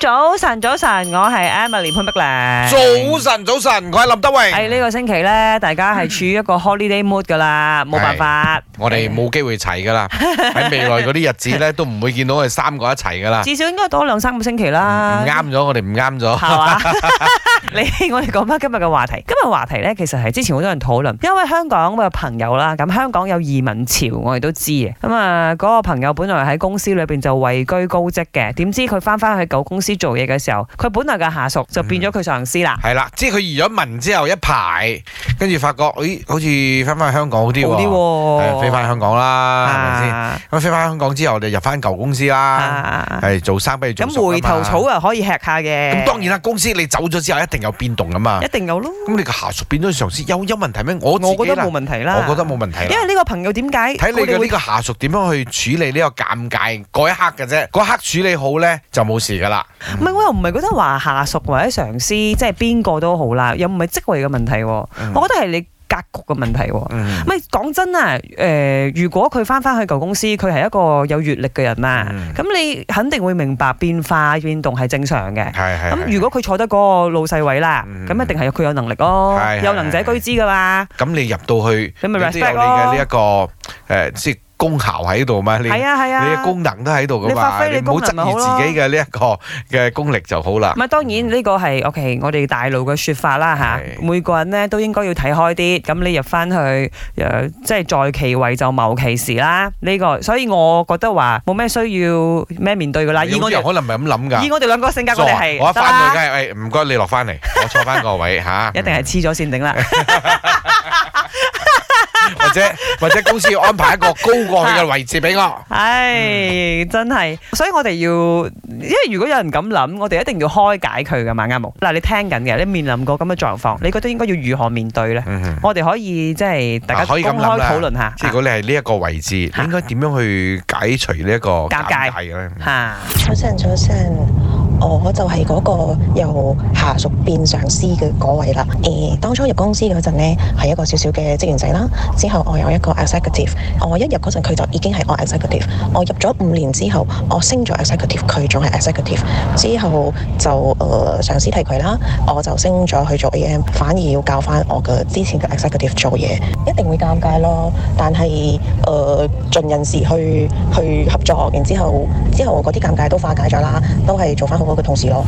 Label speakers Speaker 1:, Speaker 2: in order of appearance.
Speaker 1: 早晨，早晨，我係 Emily 潘碧玲。
Speaker 2: 早晨，早晨，我係林德
Speaker 1: 喺
Speaker 2: 榮。
Speaker 1: 呢個星期咧，大家係處於一個
Speaker 2: 嗯
Speaker 1: holiday mood 噶啦，冇辦法。
Speaker 2: 我哋冇機會齊噶啦，喺未來嗰啲日子咧，都唔會見到我哋三個一齊噶啦。
Speaker 1: 至少應該多兩三個星期啦。
Speaker 2: 唔啊嗯啱咗，我哋唔啱咗。
Speaker 1: 係嘛？ 你我哋講翻今日嘅話題。今日話題咧，其實係之前好多人討論，因為香港嘅朋友啦，咁香港有移民潮，我哋都知嘅。咁啊，嗰個朋友本來喺公司裏邊就位居高職嘅，點知佢翻翻去舊公司做嘢嘅時候，佢本來嘅下屬就變咗佢上司啦。
Speaker 2: 係啦，即係佢移咗民之後一排，跟住發覺，咦，好似翻返香港好啲
Speaker 1: 好啲
Speaker 2: 喎。係
Speaker 1: 喎，
Speaker 2: 飛翻香港啦，
Speaker 1: À.
Speaker 2: 係咪先？
Speaker 1: 啊
Speaker 2: 咁飛翻香港之後，我哋入翻舊公司啦，
Speaker 1: 啊
Speaker 2: 係做生不如做熟
Speaker 1: 咁回
Speaker 2: 㗎嘛
Speaker 1: 頭草。啊可以吃下嘅。
Speaker 2: 咁當然啦，公司你走咗之後一定有變動噶嘛
Speaker 1: 一。定有咯。
Speaker 2: 咁你個下屬變咗上司，有有問題咩？我
Speaker 1: 我
Speaker 2: 自己
Speaker 1: 覺得
Speaker 2: 啦
Speaker 1: 冇問題啦，
Speaker 2: 我覺得冇問題啦。
Speaker 1: 因為呢個朋友點解
Speaker 2: 睇你
Speaker 1: 我哋
Speaker 2: 嘅
Speaker 1: 會
Speaker 2: 呢個下屬點樣去處理呢個尷尬嗰一刻嘅啫，嗰一刻處理好咧就冇事噶啦。
Speaker 1: 唔係，我又唔係覺得話下屬或者上司，即係邊個都好啦，又唔係職位嘅問題喎，
Speaker 2: 嗯
Speaker 1: 我覺得係你格局嘅問題喎。
Speaker 2: 嗯
Speaker 1: 唔係講真啊，誒、如果佢翻翻去舊公司，佢係一個有閲歷嘅人啦，
Speaker 2: 嗯
Speaker 1: 咁、你肯定會明白變化變動係正常嘅。
Speaker 2: 係係。
Speaker 1: 咁
Speaker 2: 係
Speaker 1: 如果佢坐得嗰個老細位啦，
Speaker 2: 嗯
Speaker 1: 咁、一定係有佢有能力咯
Speaker 2: 係，係
Speaker 1: 有能者居之噶嘛。
Speaker 2: 咁你入到去，
Speaker 1: 你咪
Speaker 2: 都有
Speaker 1: respect
Speaker 2: 你
Speaker 1: 咯
Speaker 2: 嘅呢一個誒，即係功效喺度嘛？你
Speaker 1: 係
Speaker 2: 你
Speaker 1: 啊係啊。
Speaker 2: 嘅功能都喺度噶
Speaker 1: 你發
Speaker 2: 嘛？
Speaker 1: 揮你
Speaker 2: 你唔好
Speaker 1: 功能咪好
Speaker 2: 質疑
Speaker 1: 咯
Speaker 2: 自己嘅呢一個 嘅功力就好啦
Speaker 1: 唔。係啊當然呢個係 OK，我哋大陸嘅説法啦
Speaker 2: 係
Speaker 1: 嚇，每個人咧都應該要睇開啲。咁你入翻去誒、呃即係在其位就謀其時啦。呢、個，所以我覺得話冇咩需要咩面對噶啦。以
Speaker 2: 有
Speaker 1: 我
Speaker 2: 啲人
Speaker 1: 哋
Speaker 2: 可能唔係咁諗㗎
Speaker 1: 以。我哋兩個性格，
Speaker 2: 傻啊
Speaker 1: 我哋係
Speaker 2: 我一
Speaker 1: 得
Speaker 2: 翻去
Speaker 1: 啦
Speaker 2: 梗係誒，唔該你落翻嚟，我坐翻個位嚇。
Speaker 1: 一定係黐咗線頂啦。
Speaker 2: 嗯或者或者公司要安排一個高過去嘅位置俾我。
Speaker 1: 唉，真係，所以我哋要，因為如果有人咁諗，我哋一定要開解佢噶嘛，啱冇？嗱，你聽緊嘅，你面臨過咁嘅狀況，你覺得應該要如何面對呢？
Speaker 2: 嗯哼
Speaker 1: 我哋可以即係大家
Speaker 2: 啊可
Speaker 1: 公
Speaker 2: 以咁諗
Speaker 1: 開
Speaker 2: 啦
Speaker 1: 討論下。
Speaker 2: 即係如果你係呢一個位置，
Speaker 1: 嚇
Speaker 2: 你應該點樣去解除呢一個尷
Speaker 1: 尬
Speaker 2: 尬嘅咧？
Speaker 1: 嚇
Speaker 3: 早晨，早晨，我就係嗰個由下屬變上司嘅嗰位啦。誒、當初入公司嗰陣咧，係一個小小嘅職員仔啦。之後我有一個 executive，我一入嗰陣佢就已經係我 executive。我入咗五年之後，我升咗 executive，佢仲係 executive。之後就誒、呃上司提佢啦，我就升咗去做 AM，反而要教翻我嘅之前嘅 executive 做嘢，一定會尷尬咯。但係誒、呃、盡人事去去合作，然之後之後嗰啲尷尬都化解咗啦，都係做翻好好嘅同事咯。